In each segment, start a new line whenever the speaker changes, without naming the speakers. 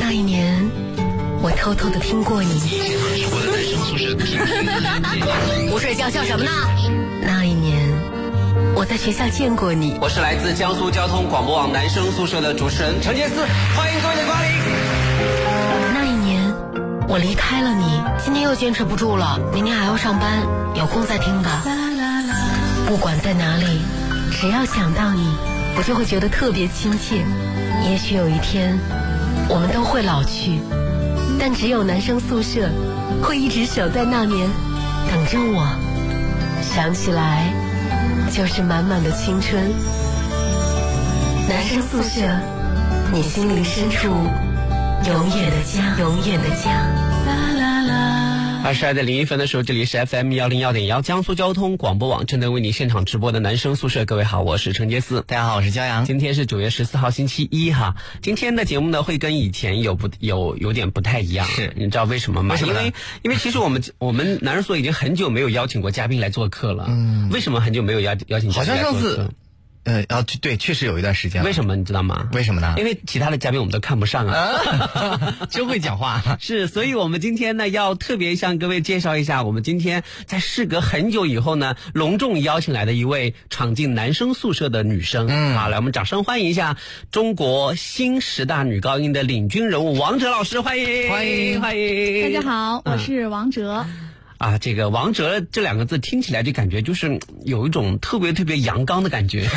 那一年，我偷偷的听过你。
不睡觉笑什么呢？
那一年，我在学校见过你。
我是来自江苏交通广播网男生宿舍的主持人陈杰斯，欢迎各位的光临。
那一年，我离开了你。
今天又坚持不住了，明天还要上班，有空再听吧。
不管在哪里，只要想到你，我就会觉得特别亲切。也许有一天，我们都会老去，但只有男生宿舍会一直守在那年，等着我。想起来，就是满满的青春。男生宿舍，你心灵深处永远的家，永远的家。
二十二点零一分的时候，这里是 FM 幺零幺点幺江苏交通广播网正在为你现场直播的男生宿舍，各位好，我是陈杰斯。
大家好，我是骄阳。
今天是九月十四号星期一哈，今天的节目呢会跟以前有不有有点不太一样，
是
你知道为什么吗？
为什么
因
呢
为因为其实我们我们男人所已经很久没有邀请过嘉宾来做客了，嗯，为什么很久没有邀邀请嘉
好
宾
像
来做
上
客？
次，呃，啊，对，确实有一段时间了。
为什么你知道吗？
为什么呢
因为其他的嘉宾我们都看不上啊。
么？真会讲 话。
是，所以我们今天呢，要特别向各位介绍一下，我们今天在事隔很久以后呢，隆重邀请来的一位闯进男生宿舍的女生。嗯，好，来，我们掌声欢迎一下中国新十大女高音的领军人物王哲老师，欢迎，
欢迎
欢迎，
大家。好，
嗯
我是王哲。
啊，这个“王哲”这两个字听起来就感觉就是嗯有一种特别特别阳刚的感 觉。，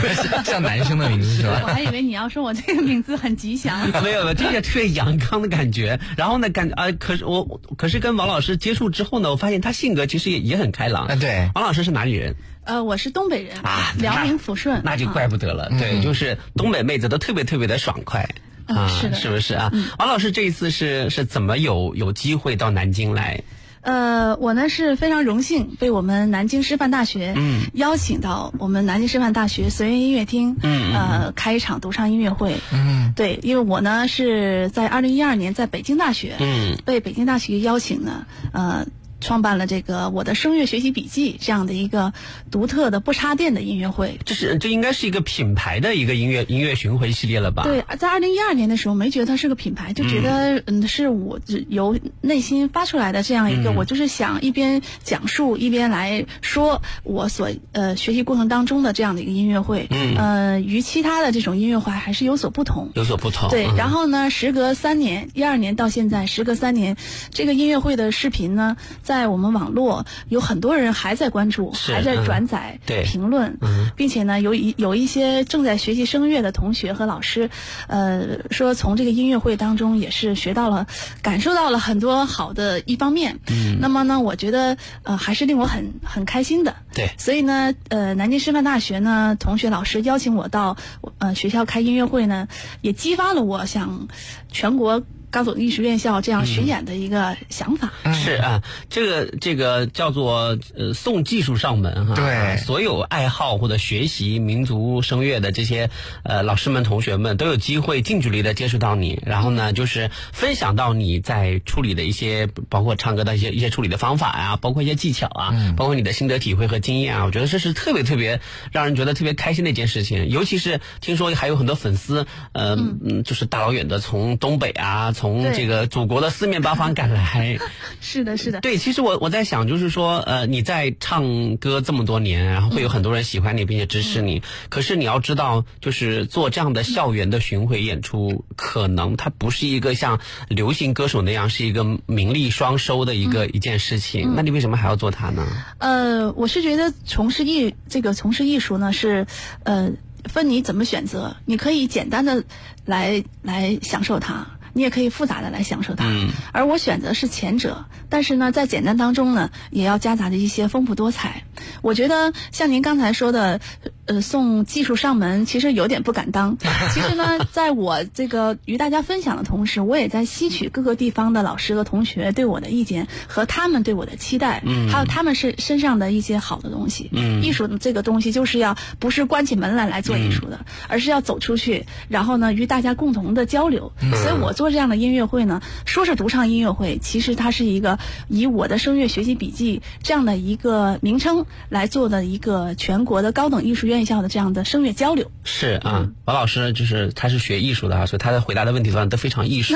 像男生的名字是
我
吧？
还以为你要说我这个名字很吉祥
没有没有，听起来特别阳刚的感觉。然后呢，感啊、可是我，可是跟王老师接触之后呢，我发现他性格其实也也很开朗。
啊，对，
王老师是哪里人？
呃，我是东北人
啊，
辽宁抚顺，啊
那就怪不得了。
嗯
对，就是东北妹子都特别特别的爽快。
嗯
啊，
是的嗯
不是啊？王老师这一次是是怎么有有机会到南京来？
呃，我呢是非常荣幸被我们南京师范大学
嗯
邀请到我们南京师范大学随园音乐厅，
嗯
呃，开一场独唱音乐会。嗯，对，因为我呢是在二零一二年在北京大学，
嗯，
被北京大学邀请呢，呃。创办了这个《我的声乐学习笔记》这样的一个独特的不插电的音乐会，
这是这应该是一个品牌的一个音乐音乐巡回系列了吧？
对，在二零一二年的时候，没觉得它是个品牌，就觉得嗯是我只由内心发出来的这样一个，我就是想一边讲述一边来说我所呃学习过程当中的这样的一个音乐会，嗯，呃，与其他的这种音乐会还是有所不同。
有所不同。
对，
嗯
然后呢，时隔三年，一二年到现在，时隔三年，这个音乐会的视频呢，在我们网络有很多人还在关注，
是
还在
嗯
转载、
对嗯
评论，并且呢，有一有一些正在学习声乐的同学和老师，呃，说从这个音乐会当中也是学到了，感受到了很多好的一方面。嗯，那么呢，我觉得呃，还是令我很很开心的。
对
所以呢，呃，南京师范大学呢，同学老师邀请我到呃学校开音乐会呢，也激发了我想全国高等艺术院校这样巡演的一个想法。
是啊，这个这个叫做呃送技术上门哈、
对
所有爱好或者学习民族声乐的这些呃老师们、同学们都有机会近距离的接触到你，然后呢，就是分享到你在处理的一些，包括唱歌的一些一些处理的方法啊，包括一些技巧啊，包括你的心得体会和经验啊，我觉得这是特别特别让人觉得特别开心的一件事情，尤其是听说还有很多粉丝，呃、嗯，就是大老远的从东北啊，从
对
这个祖国的四面八方赶来。
是的，是的。
对，其实我我在想，就是说，呃，你在唱歌这么多年，然后会有很多人喜欢你，并且支持
嗯
你。可是你要知道，就是做这样的校园的巡回演出，可能它不是一个像流行歌手那样是一个名利双收的一个、
嗯
一件事情。那你为什么还要做它呢？
呃，我是觉得从事艺这个从事艺术呢是，呃，分你怎么选择，你可以简单的来来享受它。你也可以复杂的来享受它，而我选择是前者，但是呢，在简单当中呢，也要夹杂着一些丰富多彩。我觉得像您刚才说的，呃，送技术上门，其实有点不敢当。其实呢，在我这个与大家分享的同时，我也在吸取各个地方的老师和同学对我的意见和他们对我的期待，还有他们身身上的一些好的东西。艺术这个东西就是要不是关起门来来做艺术的，
嗯
而是要走出去，然后呢与大家共同的交流。
嗯
所以我做这样的音乐会呢，说是独唱音乐会，其实它是一个以我的声乐学习笔记这样的一个名称来做的一个全国的高等艺术院。院校的这样的声乐交流。
是啊，王老师就是他是学艺术的啊，所以他在回答的问题上都非常艺术。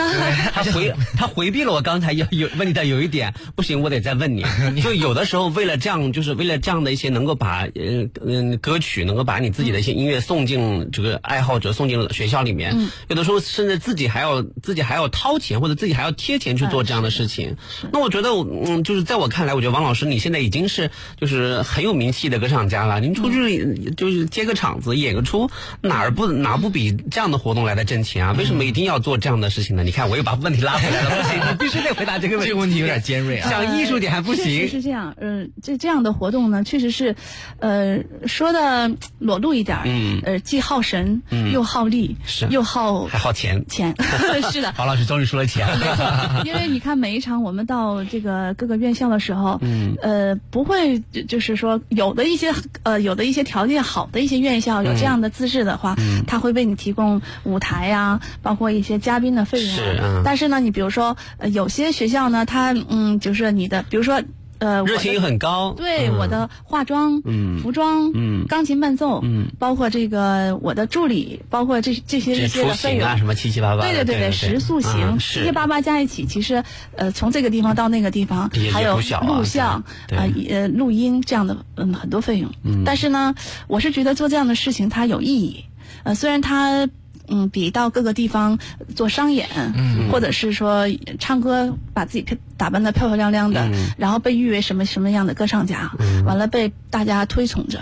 他回他回避了我刚才有有问你的有一点，不行，我得再问你。就有的时候为了这样，就是为了这样的一些能够把嗯嗯歌曲能够把你自己的一些音乐送进这个爱好者送进学校里面，有的时候甚至自己还要自己还要掏钱或者自己还要贴钱去做这样的事
嗯
情。那我觉得我嗯，就是在我看来，我觉得王老师你现在已经是就是很有名气的歌唱家了，您出去、
嗯
就是接个场子演个出，哪儿不哪不比这样的活动来的挣钱啊？为什
嗯
么一定要做这样的事情呢？你看我又把问题拉回来了，不行，你必须得回答这个问题。
这个问题有点尖锐啊
想艺术点还不
是是
行。
是这样，嗯、这这样的活动呢，确实是，呃，说的裸露一点儿，
嗯
呃，既耗神，又耗力，
是
又耗
还耗钱，
钱，是的，
王老师终于说了钱，
因为你看每一场我们到这个各个院校的时候，嗯，呃，不会就就是说有的一些呃有的一些条件好的一些院校有这样的资质的话，
嗯
他会为你提供舞台呀、包括一些嘉宾的费用啊。
是嗯
但是呢，你比如说、呃、有些学校呢，它嗯就是你的，比如说呃，我
热
的
情也很高。
对、我的化妆、
嗯
服装、
嗯
钢琴伴奏，
嗯
包括这个我的助理，包括这这些
这
一些
出
的费
行
用
啊，什么七七八八的，
对
对
对对，食宿行，
嗯
七
是
七八八加一起，其实呃，从这个地方到那个地方
也，
还有
不小啊
录像
对
啊、也录音这样的，嗯，很多费用。但是呢，我是觉得做这样的事情它有意义，呃，虽然它。嗯，比到各个地方做商演，或者是说唱歌，把自己漂打扮的漂漂亮亮的，然后被誉为什么什么样的歌唱家，完了被大家推崇着，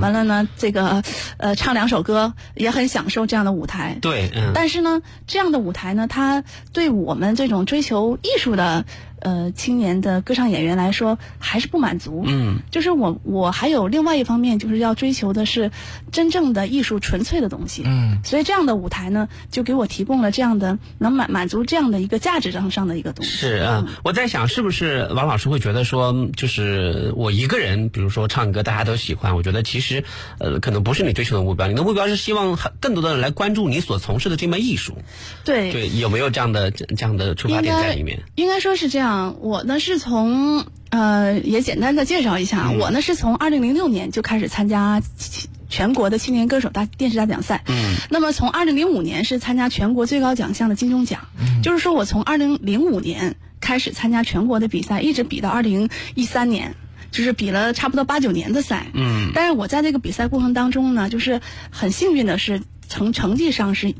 完了呢，这个呃唱两首歌也很享受这样的舞台，
对，嗯，
但是呢，这样的舞台呢，它对我们这种追求艺术的呃青年的歌唱演员来说，还是不满足。
嗯，
就是我我还有另外一方面，就是要追求的是真正的艺术纯粹的东西。
嗯，
所以这样的舞台呢，就给我提供了这样的能满满足这样的一个价值上上的一个东西。嗯
是啊，我在想是不是王老师会觉得说，嗯就是我一个人，比如说唱歌，大家都喜欢。我觉得其实，呃，可能不是你追求的目标，你的目标是希望很更多的人来关注你所从事的这门艺术。
对
对，有没有这样的这这样的出发
应
点
该
在里面？
应该说是这样，我呢是从呃，也简单的介绍一下，
嗯
我呢是从二零零六年就开始参加其。全国的青年歌手大电视大奖赛，嗯，那么从二零零五年是参加全国最高奖项的金钟奖，
嗯
就是说我从二零零五年开始参加全国的比赛，一直比到二零一三年，就是比了差不多八九年的赛，嗯，但是我在这个比赛过程当中呢，就是很幸运的是从成绩上是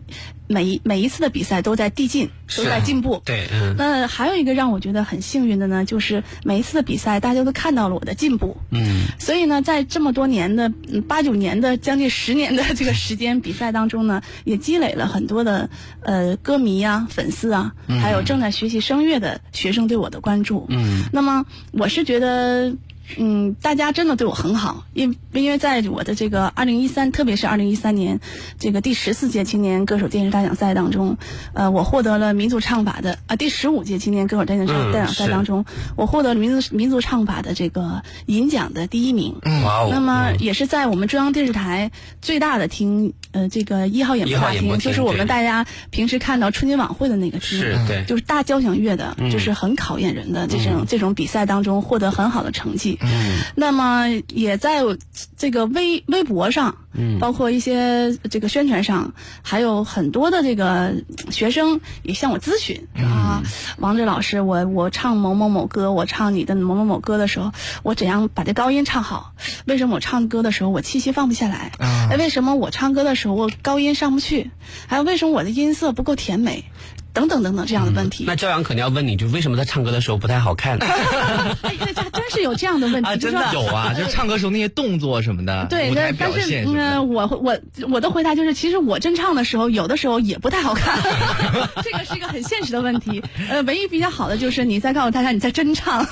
每一每一次的比赛都在递进，都
是啊
在进步，
对，嗯
那呃还有一个让我觉得很幸运的呢，就是每一次的比赛，大家都看到了我的进步。
嗯，
所以呢，在这么多年的嗯八九年的将近十年的这个时间比赛当中呢，也积累了很多的呃歌迷啊、粉丝啊，
嗯
还有正在学习声乐的学生对我的关注。嗯，那么我是觉得。嗯，大家真的对我很好，因因为在我的这个二零一三，特别是二零一三年这个第十四届青年歌手电视大奖赛当中，呃，我获得了民族唱法的啊第十五届青年歌手电视
嗯
大奖赛
是
当中，我获得了民族民族唱法的这个银奖的第一名。
嗯
哇哦，
那么嗯也是在我们中央电视台最大的厅，呃，这个一号演播
一号
大
演播
厅，
厅
就是我们
对
大家平时看到春节晚会的那个厅，
嗯
是对
就是大交响乐的，就是很考验人的这种这种比赛当中获得很好的成绩。嗯，那么也在我这个微微博上，嗯，包括一些这个宣传上，还有很多的这个学生也向我咨询啊，王志老师，我我唱某某某歌，我唱你的某某某歌的时候，我怎样把这高音唱好？为什么我唱歌的时候我气息放不下来？哎，为什么我唱歌的时候我高音上不去？还哎有为什么我的音色不够甜美？等等等等这样
嗯
的问题，
那教阳肯定要问你，就为什么他唱歌的时候不太好看？
哎，对，这还真是有这样的问题，
啊
就是
真的
说
有 啊，就唱歌时候那些动作什么的，
对，
舞台
但
表
但是
现什么的。
嗯，我我我的回答就是，其实我真唱的时候，有的时候也不太好 看，这个是一个很现实的问题。呃，唯一比较好的就是你再告诉大家你在真唱，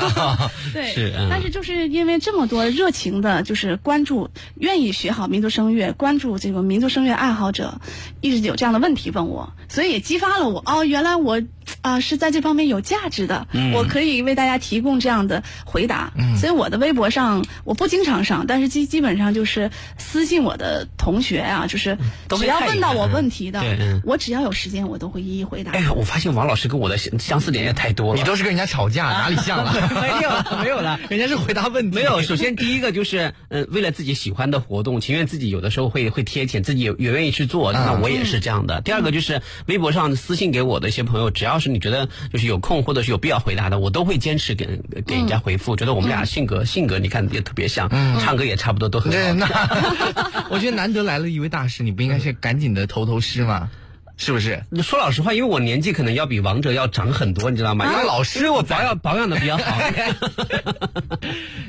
对，
是嗯
但是就是因为这么多热情的，就是关注愿意学好民族声乐，关注这个民族声乐爱好者，一直有这样的问题问我，所以也激发了我。哦，原来我啊、是在这方面有价值的，
嗯
我可以为大家提供这样的回答。所以我的微博上我不经常上，但是基基本上就是私信我的同学啊，就是
嗯都会
只要
看一
问到
看
我
嗯
问题的
对嗯，
我只要有时间我都会一一回答。
哎呀，我发现王老师跟我的相相似点也太多了。
你都是跟人家吵 架，哪里像了？
没有没有了，
人家是回答问题，
没有，首先第一个就是，嗯、为了自己喜欢的活动，情愿自己有的时候会会贴钱，自己也也愿意去
啊
做。那我也是这样
嗯
的。第二个就是微博上私信给我的一些朋友，只要是你觉得就是有空或者是有必要回答的，我都会坚持给给人家回
嗯
复。觉得我们俩性格、性格你看也特别像，唱歌也差不多，都很
对，
好。
那我觉得难得来了一位大师，你不应该是赶紧的投投师吗？是不是？
说老实话，因为我年纪可能要比王者要长很多，你知道吗？因为
老
师我保养保养的比较好。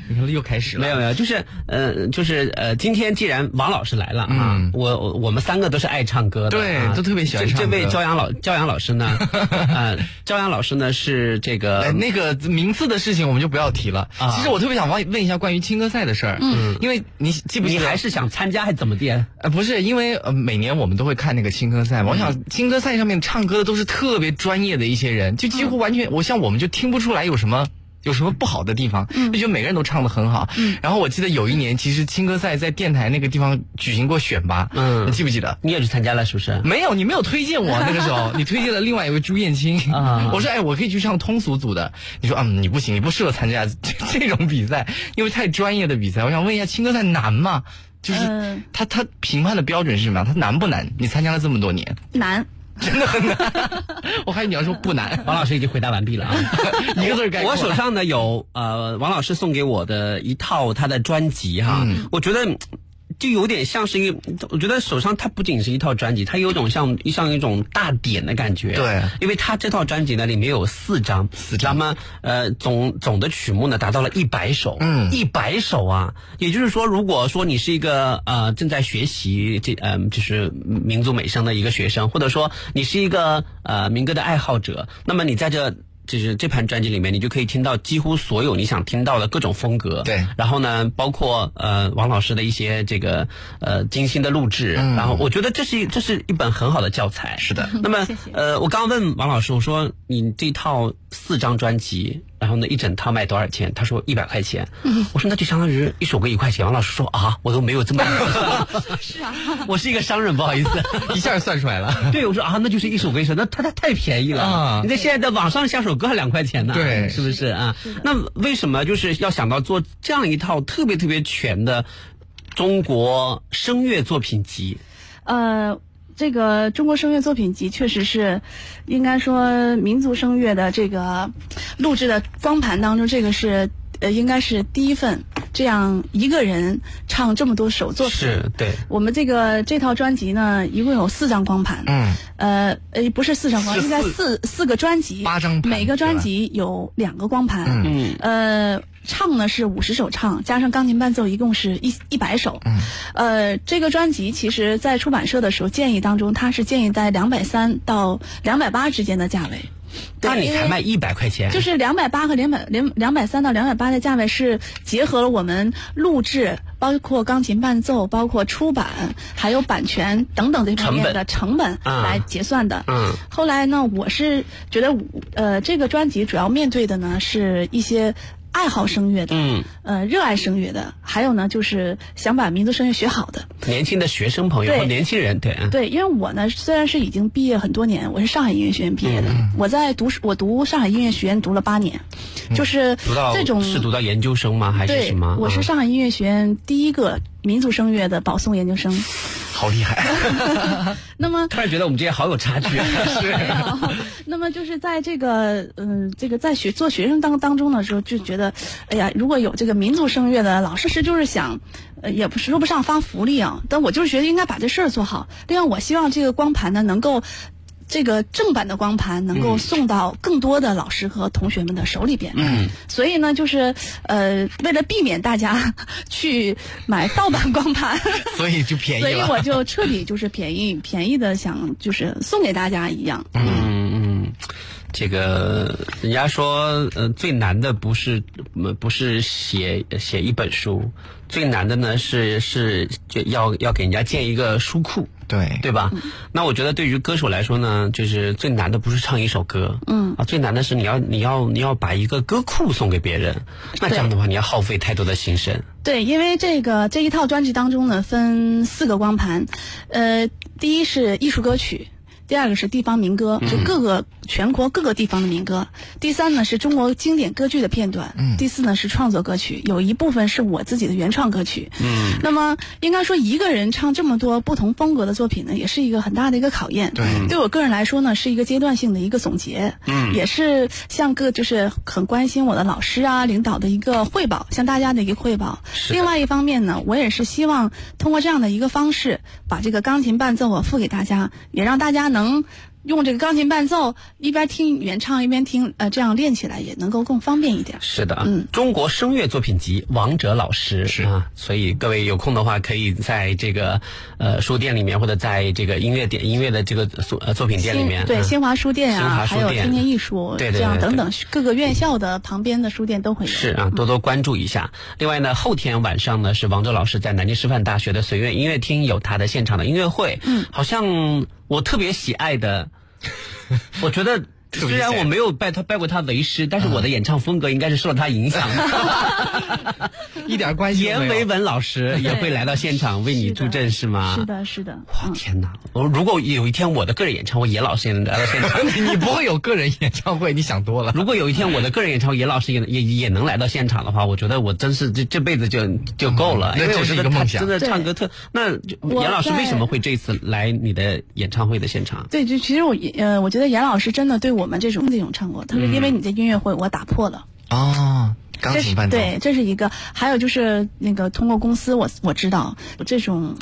你看又开始了，
没有没有，就是呃，就是呃，今天既然王老师来了啊，
嗯
我我我们三个都是爱唱歌的，
对
啊
都特别喜欢
这
唱
这
歌
位骄阳老骄阳老师 呢，啊，骄阳老师呢是这
哎，
个
那个名次的事情我们就不要提了。
嗯啊
其实我特别想问问一下关于青歌赛的事儿，嗯，因为你记不记
你
得？
还是想参加还怎么地？啊
呃，不是，因为呃每年我们都会看那个青歌赛嘛，我
嗯
想青歌赛上面唱歌的都是特别专业的一些人，就几
嗯
乎完全，我像我们就听不出来有什么。有什么不好的地方？
嗯
就觉得每个人都唱的很好。然后我记得有一年，其实青歌赛在电台那个地方举行过选拔，
嗯
你记不记得？
你也去参加了是不是？
没有，你没有推荐我那个时候，你推荐了另外一位朱燕青
啊
我说哎，我可以去上通俗组的。你说嗯，你不行，你不适合参加这这 种比赛，因为太专业的比赛。我想问一下，青歌赛难吗？就是
嗯
他他评判的标准是什么样？他难不难？你参加了这么多年，
难，
我还以为你要说不 难，
王老师已经回答完毕 了啊。
一个字儿概括。
我手上呢有呃王老师送给我的一套他的专辑哈，我觉得。嗯就有点像是一个，我觉得手上它不仅是一套专辑，它有种像像一种大典的感觉。
对
因为它这套专辑呢里面有四张，四张嘛，呃，总总的曲目呢达到了一百首，
嗯
一百首啊，也就是说，如果说你是一个呃正在学习这嗯、就是民族美声的一个学生，或者说你是一个呃民歌的爱好者，那么你在这。就是这盘专辑里面，你就可以听到几乎所有你想听到的各种风格。
对
然后呢，包括呃王老师的一些这个呃精心的录制，
嗯
然后我觉得这是这是一本很好的教材。
是的，
那么
谢谢
呃，我刚问王老师，我说你这套四张专辑，然后呢一整套卖多少钱？他说一百块钱。
嗯
我说那就相当于一首歌一块钱。王老师说啊，我都没有这 么，
是啊，
我是一个商人，不 好意思。
一下算出来了。
对，我说啊，那就是一首歌一首，那它它太便宜了。
啊
你在现在在网上下首歌还两块钱呢，
对
是不是啊？那为什么就是要想到做这样一套特别特别全的中国声乐作品集？
呃，这个中国声乐作品集确实是，应该说民族声乐的这个录制的光盘当中，这个是呃，应该是第一份这样一个人唱这么多首作品。
是对，
我们这个这套专辑呢，一共有四张光盘，
嗯，
呃呃，不是四张光，
是
应该
四
四四个专辑，
八张盘
每个专
是吧
辑有两个光盘，
嗯
嗯
呃，唱呢是五十首唱，加上钢琴伴奏，一共是一一百首。嗯，呃，这个专辑其实在出版社的时候建议当中，它是建议在两百三到两百八之间的价位。对
那你
因为
才卖一百块钱，
就是两百八和两百两两百三到两百八的价位是结合了我们录制，包括钢琴伴奏，包括出版，还有版权等等这方面的成本
嗯
来结算的。
嗯
后来呢，我是觉得呃，这个专辑主要面对的呢是一些。爱好声乐的，
嗯，
呃，热爱声乐的，还有呢，就是想把民族声乐学好的，
年轻的学生朋友
对
或年轻人，对，嗯
对，因为我呢，虽然是已经毕业很多年，我是上海音乐学院毕
嗯
业的，我在读我读上海音乐学院读了八年，就是
嗯读到
这种
是读到研究生吗？还是
对
什么？，
我是
嗯
上海音乐学院第一个民族声乐的保送研究生。
好厉害。
那么，
突然觉得我们之间好有差 距啊。是，
那么就是在这个嗯，这个在学做学生当当中的时候，就觉得，哎呀，如果有这个民族声乐的老师是就是想，呃，也不是说不上发福利啊，但我就是觉得应该把这事儿做好。另外，我希望这个光盘呢能够。这个正版的光盘能
嗯
够送到更多的老师和同学们的手里边，嗯，所以呢，就是呃，为了避免大家去买盗版光盘，
所以就便宜
所以
了。
我就彻底就是便宜便宜的想就是送给大家一样，
嗯嗯，这个人家说，呃，最难的不是嗯不是写写一本书，最难的呢是是就要要给人家建一个书库。
对
对吧？
嗯
那我觉得对于歌手来说呢，就是最难的不是唱一首歌，嗯啊，最难的是你要你要你要把一个歌库送给别人，那这样的话你要耗费太多的心神。
对，因为这个这一套专辑当中呢，分四个光盘，呃，第一是艺术歌曲。第二个是地方民歌，就各个全国各个地方的民歌。第三呢是中国经典歌剧的片段。第四呢是创作歌曲，有一部分是我自己的原创歌曲。嗯，那么应该说一个人唱这么多不同风格的作品呢，也是一个很大的一个考验。
嗯
对
对我个人来说呢，是一个阶段性的一个总结。嗯，也是向各就是很关心我的老师啊、领导的一个汇报，向大家的一个汇报。
是的
另外一方面呢，我也是希望通过这样的一个方式，把这个钢琴伴奏啊付给大家，也让大家能用这个钢琴伴奏一边听原唱一边听，呃，这样练起来也能够更方便一点。
是的，嗯，中国声乐作品集《王者老师》
是
啊，所以各位有空的话，可以在这个呃书店里面，或者在这个音乐店、音乐的这个作呃作品店里面，
新对
嗯
新华书店
新
啊，
华书
还有
店
天天艺术
对对
这样
对对
等等各个院校的旁边的书店都会有。
是啊，多多关注一下。另外呢，后天晚上呢是王周老师在南京师范大学的随乐音乐厅有他的现场的音乐会。嗯，好像我特别喜爱的，我觉得。
别
虽然
喜爱
我没有拜他拜过他为师，但是我的演唱风格应该是受了他影响的。
一点关系都
严
没
维
有。。
文老师也会来到现场为你助阵是吗？
是。的，是的。
哇天哪！我嗯如果有一天我的个人演唱会，严老师也能来到现场
你 你不会有个人演唱会，你想多了。
如果有一天我的个人演唱会，严老师也也也能来到现场的话，我觉得我真是这这辈子就就够了，
嗯
因为
那
我
真是
觉
一
得
个
他
梦想
真的唱歌特。那就
我
严老师
在
为什么会这次来你的演唱会的现场？
对，就其实我呃，我觉得严老师真的对我们这种这种唱过，特别因为你的音乐会我打破了，
哦，钢
这
琴
是
伴奏。
对，这是一个。还有就是那个通过公司我我知道有这种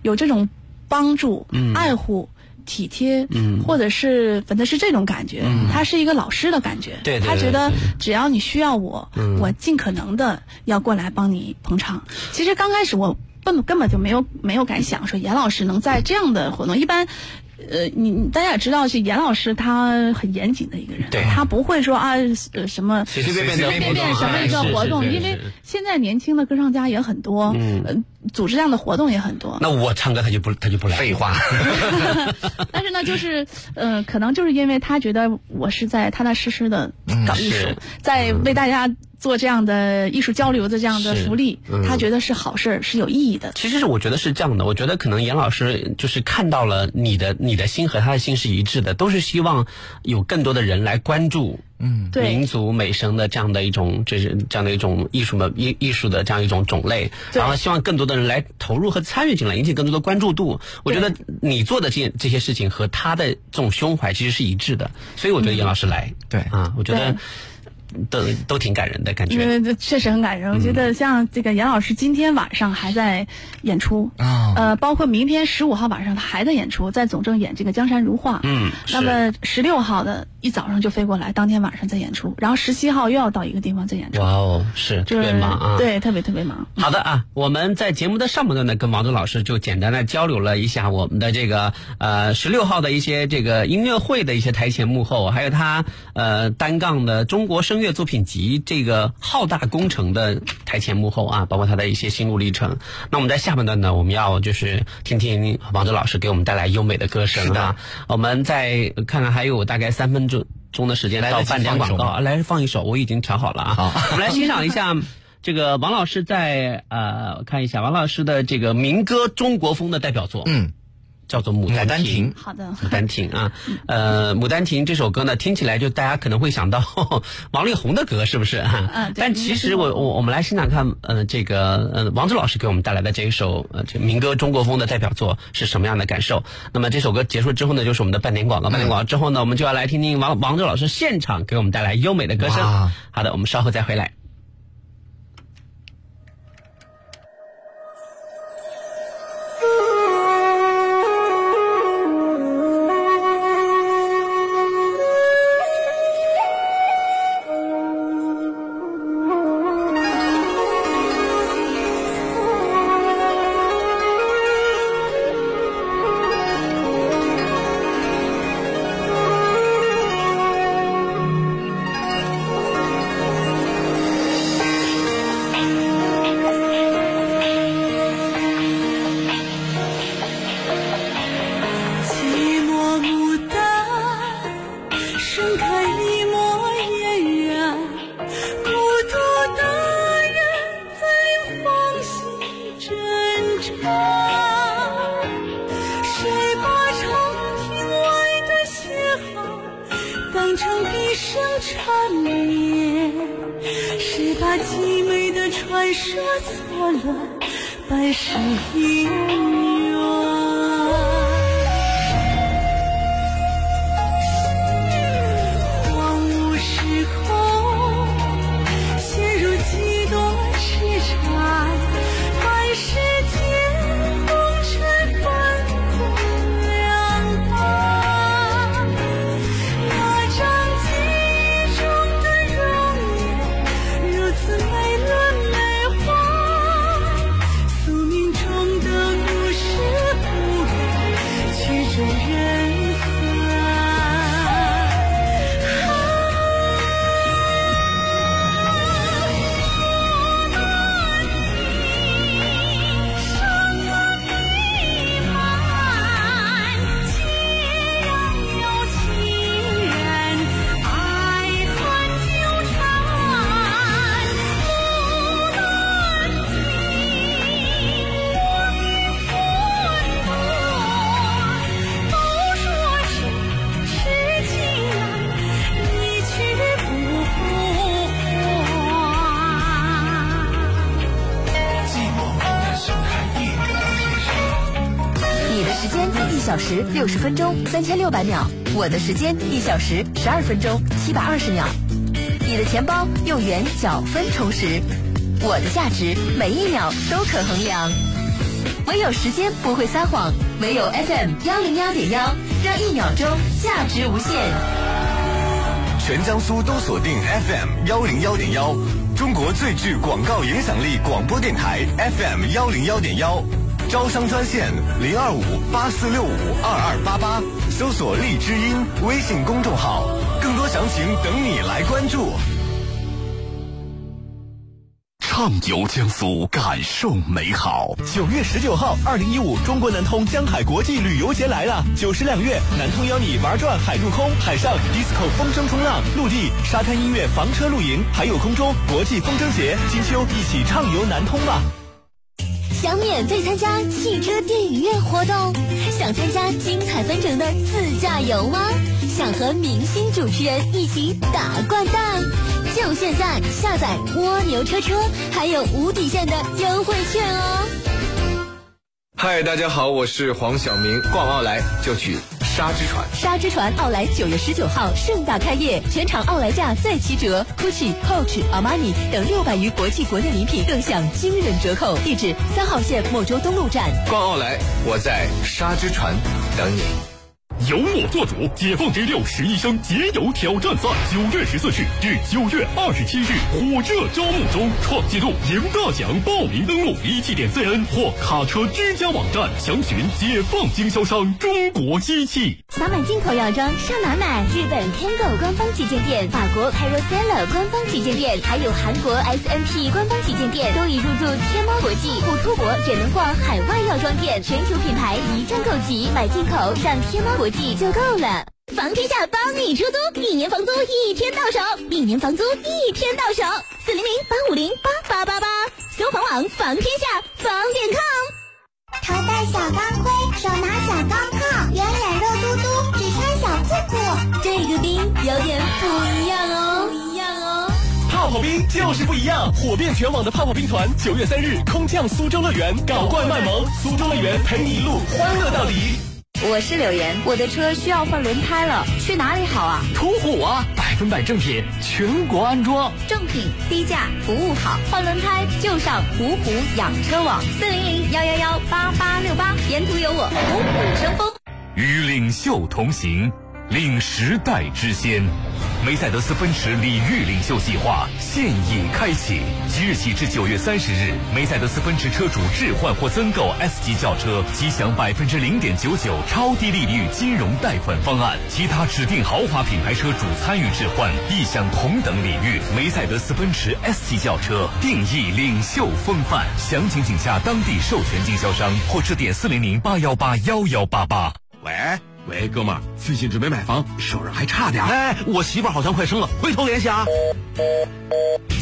有这种帮助、
嗯
爱护、体贴，或者是反正是这种感觉，他是一个老师的感觉，
嗯对对
他觉得
对嗯
只要你需要我，我尽可能的要过来帮你捧场。其实刚开始我根根本就没有没有敢想说严老师能在这样的活动，一般。呃，你你大家也知道，是严老师他很严谨的一个人，
对
他不会说啊呃什么
随随便便
随
的
随
便便
活
什
动
么一个活动，
是是
因为
是
现在年轻的歌唱家也很多，嗯，组织这样的活动也很多。
那我唱歌他就不他就不来。
废话，
但是呢，就是呃，可能就是因为他觉得我是在踏踏实实的搞艺术
嗯是，嗯
在为大家做这样的艺术交流的这样的
是嗯
福利，他觉得是好事儿，是有意义的。
其实是我觉得是这样的，我觉得可能严老师就是看到了你的你的心和他的心是一致的，都是希望有更多的人来关注民
嗯
对，
族美声的这样的一种，就是这样的一种艺术的艺艺术的这样一种种类，
对
然后希望更多的人来投入和参与进来，引起更多的关注度。我觉得你做的这这些事情和他的这种胸怀其实是一致的，所以
嗯
我觉得严老师来，
对
啊，我觉得都都挺感人的感觉。
因为确实很感人。我觉
嗯
得像这个严老师今天晚上还在演出，
哦
啊
呃，包括明天十五号晚上他还在演出，在总政演这个《江山如画》。
嗯，
那
是
么十六号的一早上就飞过来，当天晚上再演出，然后十七号又要到一个地方再演出
哇，哦，是
就
特别
是
忙啊，。
对，特别特别忙。
好的啊，我们在节目的上半段呢，跟王东老师就简单的交流了一下我们的这个呃十六号的一些这个音乐会的一些台前幕后，还有他呃单杠的中国声乐作品集这个浩大工程的台前幕后啊，包括他的一些心路历程。那我们在下半段呢，我们要就是听听王东老师给我们带来优美的歌声啊，我们再看看还有大概三分钟钟的时间
来得
到
及
半点
放一
广
首
告
吗
啊，来放一首，我已经调好了啊。
好
我们 来欣赏一下这个王老师在呃，我看一下王老师的这个民歌中国风的代表作，
嗯，
叫做《牡
牡
丹
丹
亭》。
亭
好的，
牡丹亭啊，呃，《牡丹亭》这首歌呢，听起来就大家可能会想到 王力宏的歌，是不是？
嗯对
但其实我我我们来欣赏看，呃，这个呃，王志老师给我们带来的这一首呃这民歌中国风的代表作是什么样的感受？那么这首歌结束之后呢，就是我们的半点广
嗯
告，半点广告之后呢，我们就要来听听王王志老师现场给我们带来优美的歌声
哇。
好的，我们稍后再回来。
啊。变成一生缠绵，谁把凄美的传说错乱，半世姻缘。荒芜时空，陷入几多痴缠，半世间红尘纷纵两半。那张记忆中的容颜，如此美轮美奂。宿命中的故事不改，曲终人散。伤痕弥漫，情人有情人，爱恨纠缠，苦难尽，我命分夺。都说是痴情难，一去不复还。
你的时间一小时六十分钟三千六百秒，我的时间一小时十二分钟七百二十秒。你的钱包用元角分充实，我的价值每一秒都可衡量。唯有时间不会撒谎，唯有 FM 幺零幺点幺，让一秒钟价值无限。
全江苏都锁定 FM 幺零幺点幺，中国最具广告影响力广播电台 FM 幺零幺点幺，招商专线零二五八四六五二二八八，搜索荔枝音微信公众号，更多详情等你来关注。畅游江苏，感受美好。
九月十九号，二零一五中国南通江海国际旅游节来了！九十两月，南通邀你玩转海陆空、海上 disco 风筝冲浪、陆地沙滩音乐、房车露营，还有空中国际风筝节。金秋一起畅游南通吧！
想免费参加汽车电影院活动？想参加精彩纷呈的自驾游吗？想和明星主持人一起打怪蛋？就现在下载蜗牛车车，还有无底线的优惠券哦！
嗨，大家好，我是黄晓明。逛奥莱就去沙之船。
沙之船奥莱九月十九号盛大开业，全场奥莱价再七折，GUCCI、Coach、Armani 等六百余国际国内礼品更享惊人折扣。地址三号线莫州东路站。
逛奥莱，我在沙之船等你。
由我做主，解放 J 六十一生节油挑战赛，九月十四日至九月二十七日火热招募中，创纪录赢大奖！报名登录一汽点 CN 或卡车之家网站，详询解放经销商中国机器。
扫码进口药妆上哪买？日本 Tango 官方旗舰店、法国 p a r o s e l l a 官方旗舰店，还有韩国 SNP 官方旗舰店都已入驻天猫国际。不出国只能逛海外药妆店，全球品牌一站购齐，买进口上天猫国际就够了。房天下帮你出租，一年房租一天到手，一年房租一天到手。四零零八五零八八八八，搜房网房天下房点 com。
头戴小钢盔，手拿小钢炮，圆脸肉嘟嘟，只穿小裤裤。
这个冰有点不一样哦，不一样哦。
泡泡冰就是不一样，火遍全网的泡泡兵团，九月三日空降苏州乐园，搞怪卖萌，苏州乐园陪你一路欢乐到底。
我是柳岩，我的车需要换轮胎了，去哪里好啊？
途虎啊，百分百正品，全国安装。
正品低价，服务好，换轮胎就上途虎养车网，四零零幺幺幺八八六八，沿途有我，虎虎生风。
与领袖同行，领时代之先。梅赛德斯奔驰礼遇领袖计划现已开启，即日起至九月三十日，梅赛德斯奔驰车主置换或增购 S 级轿车，即享百分之零点九九超低利率金融贷款方案；其他指定豪华品牌车主参与置换，亦享同等礼遇。梅赛德斯奔驰 S 级轿车定义领袖风范，详情请洽当地授权经销商或致电四零零八幺八幺幺八八。
喂喂，哥们儿，最近准备买房，手上还差点。哎，我媳妇儿好像快生了，回头联系啊。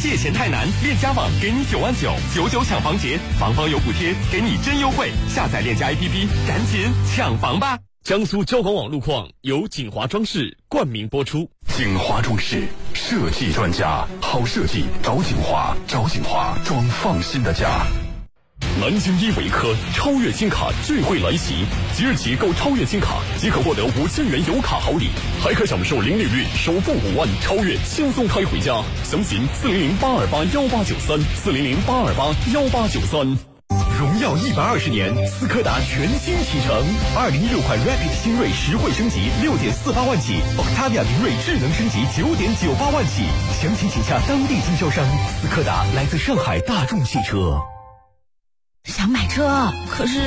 借钱太难，链家网给你九万九，九九抢房节，房房有补贴，给你真优惠。下载链家 APP，赶紧抢房吧！江苏交广网路况由锦华装饰冠名播出。
景华装饰设计专家，好设计找景华，找景华装放心的家。
南京依维柯超越金卡聚会来袭，即日起购超越金卡即可获得五千元油卡好礼，还可享受零利率，首付五万超越轻松开回家。详询四零零八二八幺八九三四零零八二八幺八九三。
荣耀一百二十年，斯柯达全新启程。二零一六款 Rapid 新锐实惠升级六点四八万起，Octavia 明锐智能升级九点九八万起。详情请洽当地经销商。斯柯达来自上海大众汽车。
想买车，可是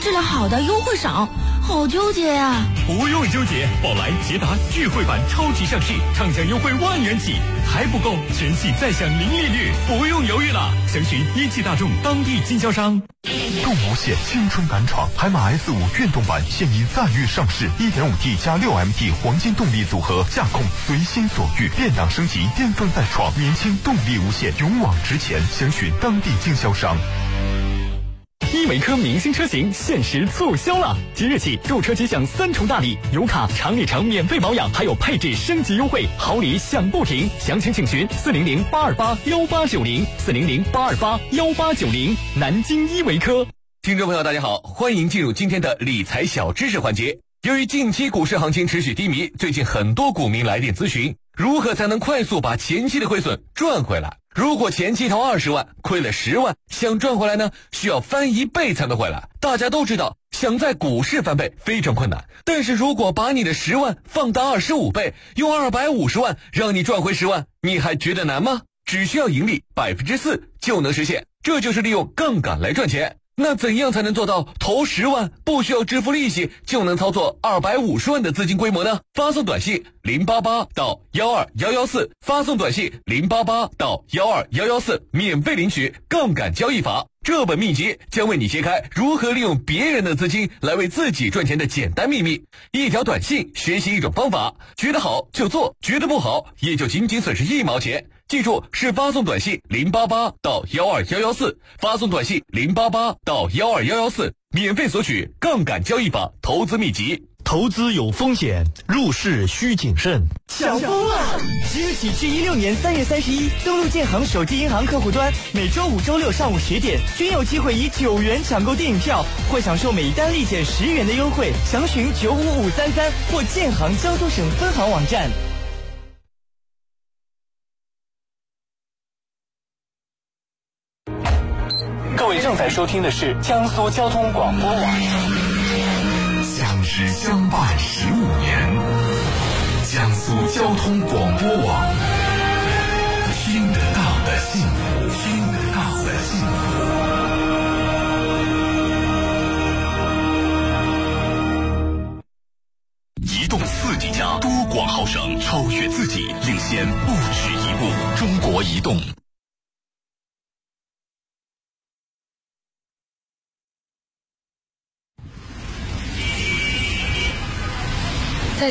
质量好的优惠少，好纠结啊呀、
不用纠结，宝来捷达聚会版超级上市，畅享优惠万元起，还不够，全系再享零利率，不用犹豫了。详询一汽大众当地经销商。
动无限青春赶场，海马 S 五运动版现已赞誉上市，1.5T 加 6MT 黄金动力组合，驾控随心所欲，变档升级，巅峰再创，年轻动力无限，勇往直前。详询当地经销商。
依维柯明星车型限时促销了！即日起购车即享三重大礼，油卡、常里程免费保养，还有配置升级优惠，好礼享不停。详情请询四零零八二八幺八九零四零零八二八幺八九零南京依维柯。
听众朋友，大家好，欢迎进入今天的理财小知识环节。由于近期股市行情持续低迷，最近很多股民来电咨询，如何才能快速把前期的亏损赚回来？如果前期投二十万，亏了十万，想赚回来呢，需要翻一倍才能回来。大家都知道，想在股市翻倍非常困难，但是如果把你的十万放大二十五倍，用二百五十万让你赚回十万，你还觉得难吗？只需要盈利百分之四就能实现，这就是利用杠杆来赚钱。那怎样才能做到投十万不需要支付利息就能操作二百五十万的资金规模呢？发送短信零八八到幺二幺幺四，发送短信零八八到幺二幺幺四，免费领取《杠杆交易法》这本秘籍，将为你揭开如何利用别人的资金来为自己赚钱的简单秘密。一条短信学习一种方法，觉得好就做，觉得不好也就仅仅损失一毛钱。记住，是发送短信零八八到幺二幺幺四，发送短信零八八到幺二幺幺四，免费索取《杠杆交易法投资秘籍》。
投资有风险，入市需谨慎。
抢疯了！即日起至一六年三月三十一，登录建行手机银行客户端，每周五、周六上午十点均有机会以九元抢购电影票，或享受每单立减十元的优惠。详询九五五三三或建行江苏省分行网站。
各位正在收听的是江苏交通广播网。
相知相伴十五年，江苏交通广播网，听得到的幸福，听得到的幸
移动四 G 加多广豪省，超越自己，领先不止一步。中国移动。
再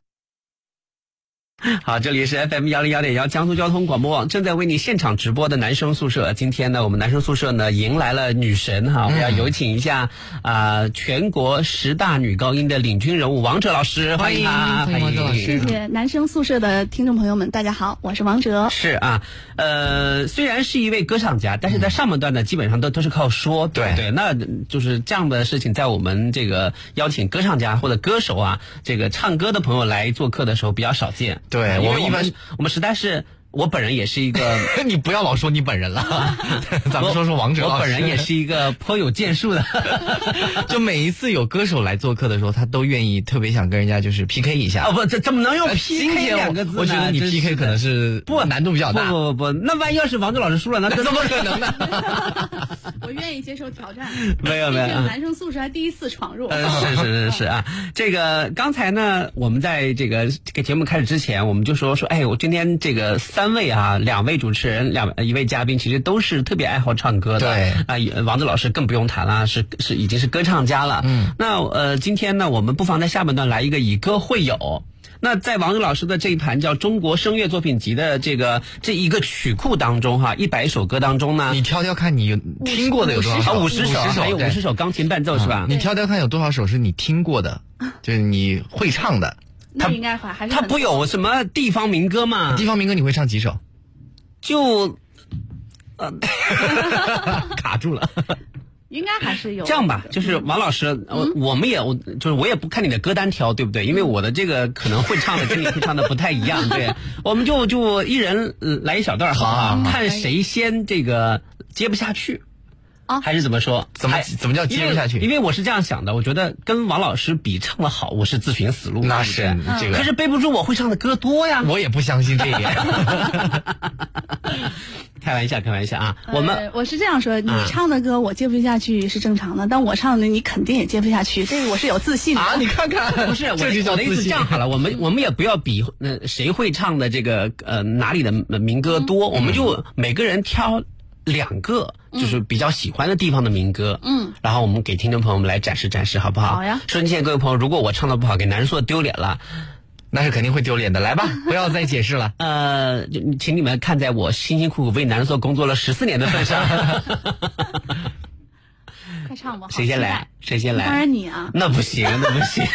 好，这里是 FM 幺零幺点幺江苏交通广播网正在为你现场直播的男生宿舍。今天呢，我们男生宿舍呢迎来了女神哈，我们要有请一下啊、呃全国十大女高音的领军人物王哲老师，欢迎她，欢迎
谢谢男生宿舍的听众朋友们，大家好，我是王哲。
是啊，呃，虽然是一位歌唱家，但是在上半段呢，基本上都都是靠说，嗯对对，那就是这样的事情，在我们这个邀请歌唱家或者歌手啊，这个唱歌的朋友来做客的时候比较少见。啊
对
因为
我
我
们一般
我们实在是。我本人也是 一个，
你不要老说你本人 了，咱们说说王者
我
老师
本人也是一个颇有建树的，
就每一次有歌手来做客的时候，他都愿意特别想跟人家就是 PK 一 下。
哦不，这怎么能用
呃
PK
今天我
两个字呢
我觉得你
真是
PK 可能是不难度比较大。
不不不，那万一要是王哲老师输了，那
怎么可能 呢？
我愿意接受挑战，
没有没有啊
毕竟男生宿舍还第一次闯入。
呃，是是是是啊，这个刚才呢，我们在这个这个节目开始之前，我们就说说，哎，我今天这个三。三位啊，两位主持人，两一位嘉宾，其实都是特别爱好唱歌的。
对
啊、也王子老师更不用谈了，是是已经是歌唱家了。嗯，那呃，今天呢，我们不妨在下半段来一个以歌会友。那在王子老师的这一盘叫《中国声乐作品集》的这个这一个曲库当中哈、一百首歌当中呢，
你挑挑看你有听过的有多少首？
啊，五十首，嗯
50
还有五十首钢琴伴奏是吧？
你挑挑看有多少首是你听过的，就是你会唱 的。
那应该还还是
他
很
不有什么地方民歌吗？地
方民歌你会唱几首？
就， 呃，卡住了。
应该还是有
这样吧，就是王老师，我、我们也我就是我也不看你的歌单挑，对不对？因为我的这个可能会唱的跟你会唱的不太一样，对。我们就就一人呃来一小段，好不好？
好
看谁先这个接不下去。
啊
还是怎么说？怎么怎么叫
接不下去
因为？因为我是这样想的，我觉得跟王老师比唱的好，我是自寻死路。
那是嗯
对不对
这个
可是背不住我会唱的歌多呀。
我也不相信这一点。
开玩笑，开玩笑啊！我们
呃我是这样说，你
嗯
唱的歌我接不下去是正常的，但我唱的你肯定也接不下去，这个我是有自信的
啊！你看看，
不是我
这就
的
叫
我的意
自
思，
信
这样好了，我们我们也不要比呃谁会唱的这个呃哪里的民歌多，我们就每个人挑两个就是比较喜欢的地方的民歌，
嗯，
然后我们给听众朋友们来展示展示，好不好？
好呀
瞬间，各位朋友，如果我唱的不好，给男人说丢脸了。
那是肯定会丢脸的，来吧，不要再解释了。
呃，就请你们看在我辛辛苦苦为男人做工作了十四年的份上，
快唱吧，好
谁先来？？谁先来？
当然你啊，
那不行，那不行，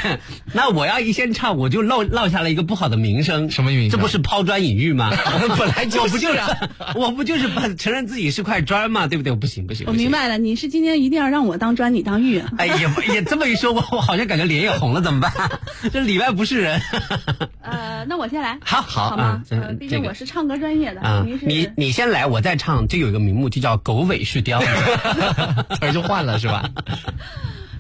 那我要一先唱，我就落落下了一个不好的名声。什么
声？
名这不是抛砖引玉吗
本来就是
我不就是，啊我不就是把承认自己是块砖吗？对不对？我不行，不行，
我
不行
明。白了，你是今天一定要让我当砖，你当玉啊。
哎，也不也这么一说，我我好像感觉脸也红了，怎么办？这里外不是人。
呃，那我先来，
好好
好
啊
吗？
嗯
呃毕
这
竟
个
我是唱歌专业的，
啊
您，是
你你先来，我再唱。这有一个名目，就叫“狗尾续貂”，词儿就换了是吧？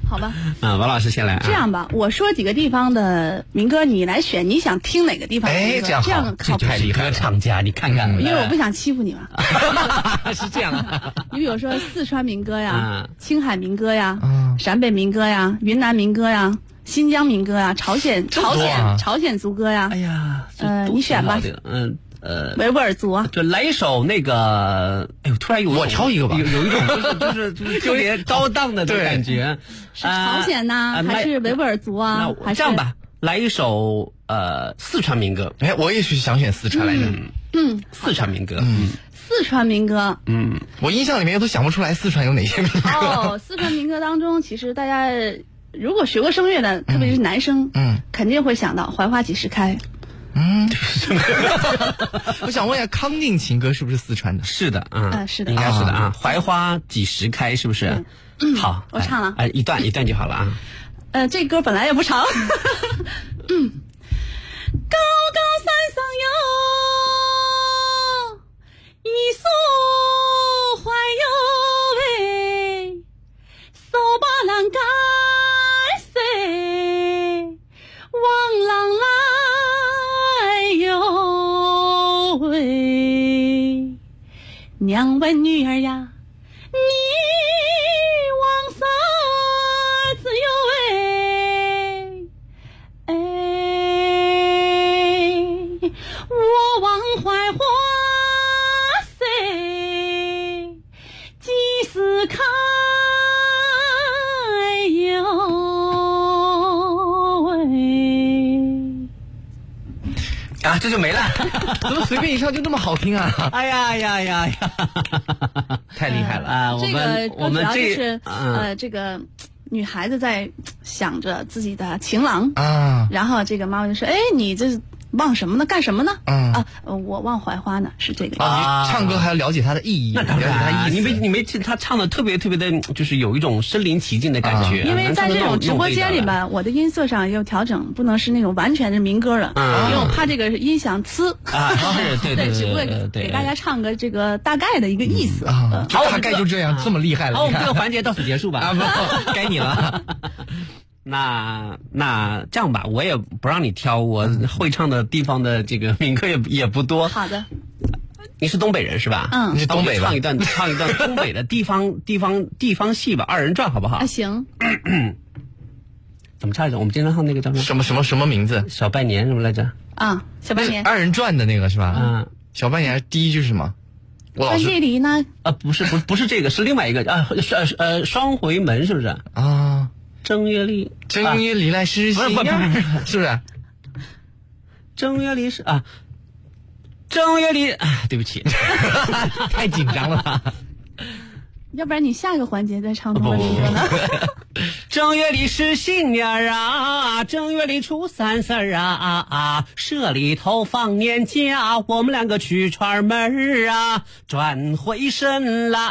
好吧？
啊，王老师先来啊。
这样吧，我说几个地方的民歌，你来选，你想听哪个地方的
哎，
民歌？
这样
这
好，
样靠谱
就，是歌唱家，你看看，
因为 我不想欺负你嘛。
啊是这样的。
你比如说四川民歌呀
嗯、
青海民歌呀、
啊
陕北民歌呀、云南民歌呀、新疆民歌呀、朝鲜
么
朝
多啊
鲜朝鲜族歌呀。哎
呀，
呃，你选吧，
挺好的嗯呃，
维吾尔族啊。
就来一首那个，哎呦，突然有我挑一个吧，有有一种就是就 是特别高档的那种感觉。
是朝鲜
啊
呐，
那
还是维吾尔族啊
那？
还
我
是
这样吧，来一首呃四川民歌。
哎，我也是想选四川来着，
嗯，
四川民歌。嗯
四川民歌。
嗯，
我印象里面都想不出来四川有哪些民歌。
哦，四川民歌当中，其实大家如果学过声乐的，特别是男生，
嗯，
肯定会想到《槐花几时开》。
嗯， 我想问一下，康定情歌是不是四川的？
是的，嗯
啊是的
应该是的啊。槐花几时开？是不是？好，
嗯我唱了
哎，一段一段就好了啊。
呃，这歌本来也不长。嗯，高高山上有一束槐哟喂，手把栏杆谁望郎来哟喂，娘问女儿呀。你往啥子哟喂？哎，我往槐花谁几时开哎哟喂？
啊，这就没了。怎么随便一唱就那么好听啊？
哎呀呀呀呀！
太厉害了
啊！我
这个
们
歌
我
主
们
要就
这
是
嗯
呃，这个女孩子在想着自己的情郎
啊，
然后这个妈妈就说：“哎，你这忘什么呢？干什么呢？”
嗯
啊，呃我忘槐花呢，是这个意思。
啊，你唱歌还要了解它的意义，
那当
了解它
然
的
啊，
意思。
你没你没听他唱的特别特别的，就是有一种身临其境的感
啊
觉。啊
因为
能
在
唱得
这
那
种直
那
播
味道
间里
来，
面，我的音色上也有调整，不能是那种完全是民歌了，因
嗯
为我怕这个音响呲。
啊是对对对
只不过
对对对
给大家唱个这个大概的一个意思。嗯
好，啊大概就这样，这么厉害了。
好，我
你
们
看
哦这个环节到此结束 吧。
啊， 不，该你了。
那那这样吧，我也不让你挑，我
嗯
会唱的地方的这个民歌也也不多。
嗯好的，
你是东北人是吧？
嗯你是东
北的
那我就唱一 段，唱一段东北的地方地方地方戏吧，二人转好不好
啊？行，
怎么唱来着？我们经常唱那个叫什么
什么什么什么名字？
小拜年什么来着？
哎
啊，小白年
二人转的那个是吧？
嗯，
小半年第一句是什么？我老
但
师
这里呢，
啊，不是，不不是这个，是另外一个啊，双呃双回门是不是？
啊，
正月啊里，
正月里来是
不是不
新
不
娘
不不，
是不是？
正月里是啊，正月里，哎，对不起，太紧张了。
要不然你下一个环节再唱
不
中
不
文
不
歌呢？
正月里是新年儿啊，正月里初三四儿啊啊啊，社里头放年假，我们两个去串门儿啊。转回身来，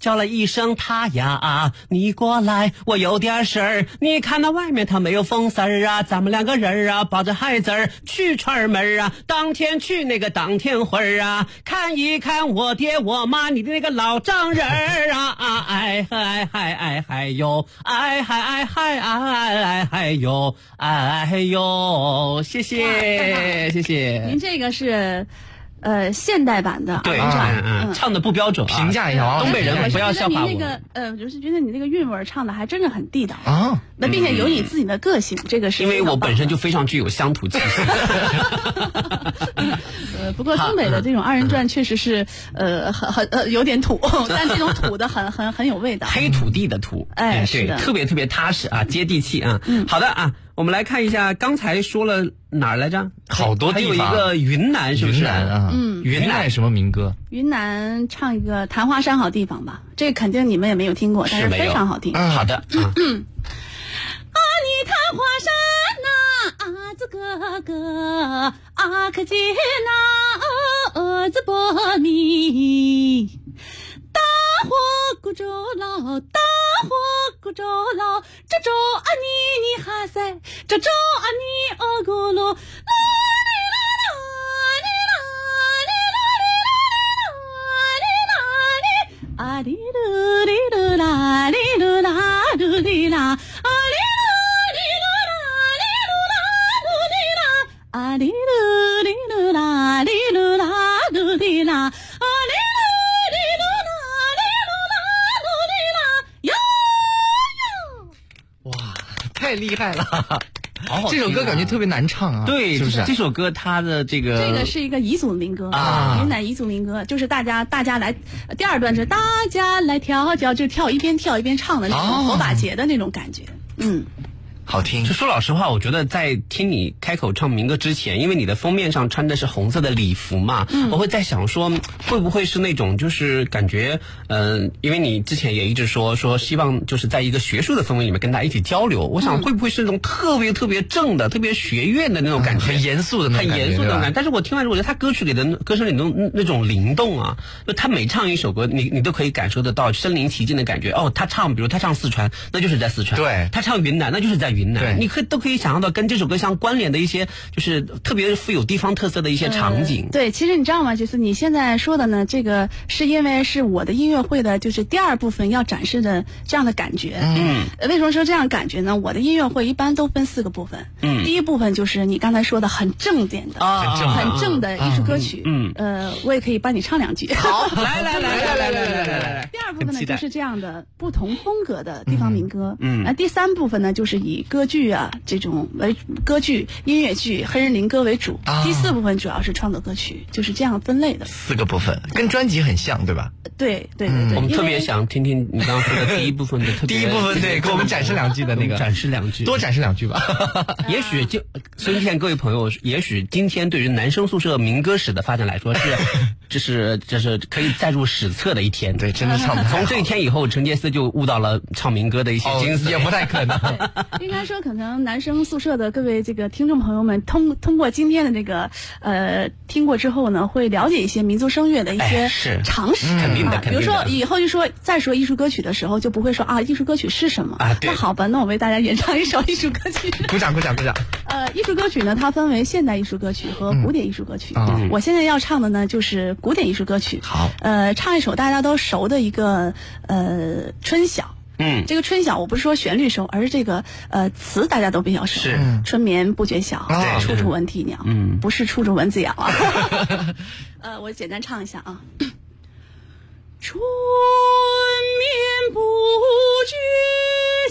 叫了一声他呀啊，你过来，我有点事儿。你看那外面他没有风丝儿啊，咱们两个人儿啊，抱着孩子儿去串门儿啊。当天去那个当天回儿啊，看一看我爹我妈，你的那个老丈人儿啊啊，哎嗨嗨哎嗨哟，哎嗨哎嗨哎哎嗨哟，哎哟，谢谢谢谢
您。这个是，呃，现代版的
对，
儿
嗯
唱
嗯，唱的不标准啊，
评价一下王老师
东北人不要笑话
我是觉得您那
我
个，呃，我是觉得你那个韵味儿唱的还真的很地道
啊。
那并且有你自己的个性，这个是
因为
非常
我
棒
本身就非常具有乡土气息。
呃，不过东北
嗯
的这种二人转确实是呃很很呃有 点土，但这种土的很很很有味道。
黑土地的土，
哎
对
是，的嗯
特别特别踏实啊，接地气啊。好的啊，我们来看一下，刚才说了哪儿来着？哎
好多
还
地
有一
方
个云南，是不是？
云南啊，
嗯
云南什么民歌？
云南唱一个《昙花山好地方》吧，这肯定你们也没有听过，但是
没有
非常好听。
嗯好的
啊，你看花山呐，啊子哥哥，啊可杰那，啊子波米，大火鼓着老，大火鼓着老，这周啊你你哈塞，这周啊你哦咕噜。啊哩噜哩噜啦哩噜啦噜哩啦，啊哩噜哩噜啦哩噜啦噜哩啦，啊哩噜哩噜啦哩噜啦噜哩啦，啊哩噜哩噜啦哩噜啦噜哩啦哟。
太厉害了！
好 好
这首
听
歌
啊
感觉特别难唱啊，
对，
是不是？
这首歌它的这个
这个是一个彝族民歌
啊
云南彝族民歌，就是大家大家来，呃第二段是大家来跳跳，就跳一边跳一边唱的那种火把节的那种感觉，嗯。
好听。
就说老实话，我觉得在听你开口唱民歌之前，因为你的封面上穿的是红色的礼服嘛，
嗯
我会在想说，会不会是那种就是感觉，嗯、因为你之前也一直说说希望就是在一个学术的氛围里面跟大家一起交流，我
嗯
想会不会是那种特别特别正的、特别学院的那种感觉，
很严肃的那种
很
感觉
严肃的那
对
种
吧
感觉。但是我听完之后，我觉得他歌曲里的歌声里的那那种灵动啊，就他每唱一首歌，你你都可以感受得到身临其境的感觉。哦，他唱，比如他唱四川，那就是在四川；
对
他唱云南，那就是在云
对
南。你可以都可以想象到跟这首歌相关联的一些，就是特别富有地方特色的一些场景。
呃对，其实你知道吗？就是你现在说的呢，这个是因为是我的音乐会的，就是第二部分要展示的这样的感觉。
嗯
呃，为什么说这样感觉呢？我的音乐会一般都分四个部分。
嗯
第一部分就是你刚才说的很正点的、
啊
很正
很正
的
的
艺术歌曲。
嗯
呃，我也可以帮你唱两句。
好
嗯
来来来来来来来来来
第二部分
很
呢
期待
就是这样的不同风格的地方民歌，
嗯嗯
那第三部分呢就是以歌剧啊这种为歌剧、音乐剧、黑人灵歌为主，
啊
第四部分主要是创作歌曲，就是这样分类的。
四个部分跟专辑很像，对吧？
对对对对，
嗯我们
因
特
为
别想听听你刚刚说的第一部分的特别，
第一部分对，给我们展示两句的那
给
个，
我们展示 两句，
多展示两句吧。
也许就所以现在各位朋友，也许今天对于男生宿舍民歌史的发展来说 是，这是这是可以载入史册的一天。对，
真的唱不太好
从这一天以后，陈杰斯就悟到了唱民歌的一些精髓，
也不太可能。
应该说，可能男生宿舍的各位这个听众朋友们，通通过今天的这个呃听过之后呢，会了解一些民族声乐的一
哎
些
是
常识、
嗯肯定的
啊。
肯
比如
定的
说以后就说再说艺术歌曲的时候，就不会说啊艺术歌曲是什么
啊对
那好吧，那我为大家演唱一首艺术歌曲。
鼓掌，鼓掌，鼓掌！
呃，艺术歌曲呢，它分为现代艺术歌曲和古典艺术歌曲。
嗯啊
我现在要唱的呢，就是古典艺术歌曲。
好，
呃，唱一首大家都熟的一个呃《春晓》。
嗯
这个《春晓》，我不是说旋律熟，而是这个呃词大家都比较熟。
是嗯
春眠不觉晓，
啊
处处闻啼鸟。
嗯
不是处处蚊子咬 啊。 呃，我简单唱一下啊。春眠不觉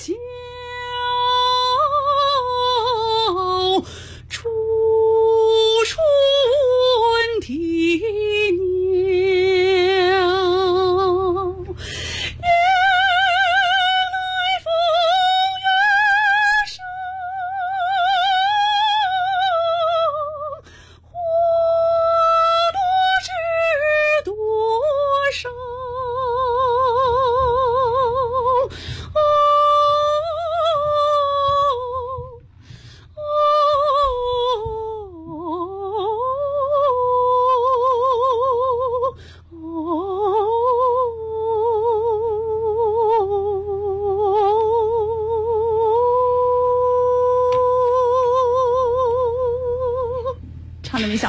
晓。处处闻啼哦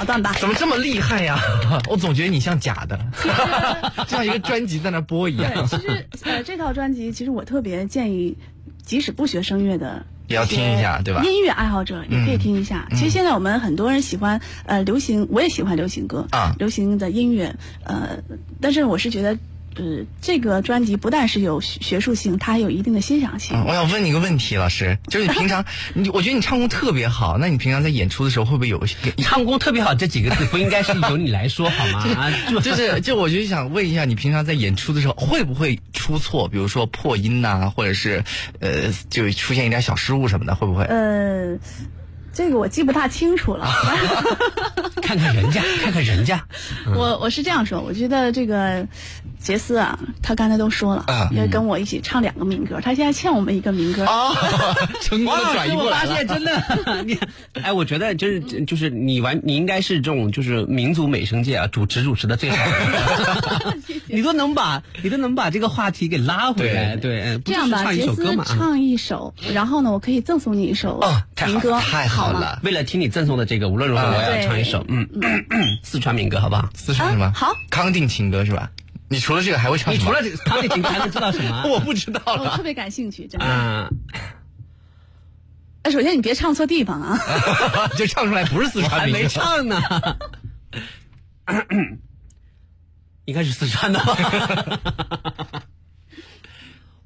段吧。
怎么这么厉害呀？我总觉得你像假的，像一个专辑在那播一样。
对，其实呃，这套专辑其实我特别建议，即使不学声乐的。
也要听一下，对吧？
音乐爱好者也可以听一下。
嗯
其实现在我们很多人喜欢呃流行，我也喜欢流行歌
啊
流行的音乐。呃，但是我是觉得，呃，这个专辑不但是有学学术性，它还有一定的欣赏性。
嗯，我想问你一个问题，老师，就是你平常，你我觉得你唱功特别好，那你平常在演出的时候会不会有
唱功特别好这几 个字不应该是由你来说好吗？ 啊
就是就是，就我就想问一下，你平常在演出的时候会不会出错？比如说破音呐、或者是呃，就出现一点小失误什么的，会不会？嗯
呃，这个我记不大清楚 了。
看看人 家，看看人家，
我我是这样说，我觉得这个杰斯啊，他刚才都说了，
啊
要跟我一起唱两个民歌，他现在欠我们一个民歌。
哦，成功
王
地
老
转
师，
移
我
过来
发
了
现真 的，你哎，我觉得就是就是你完，你应该是这种就是民族美声界啊，主持主持的最好的， 你都能把你都能把这个话题给拉回来，对，嗯不
这
就是
样吧，
唱一
杰
首歌哦
斯
嘛，啊
唱一首，然后呢，我可以赠送你一首民歌，好吗？。
为了听你赠送的这个，无论如何
啊
我要
对
唱一首，嗯，四川民歌好不好？
四川什么？
呃好，
康定情歌是吧？你除了这个还会唱什么？
你除 了这个康定情歌还能知道什 么
我不知道
我
了
特。别感兴趣，真的。
嗯，
哎，首先你别唱错地方啊！
就唱出来不是四川民歌，
我还没唱呢。 应该是四川的 吧。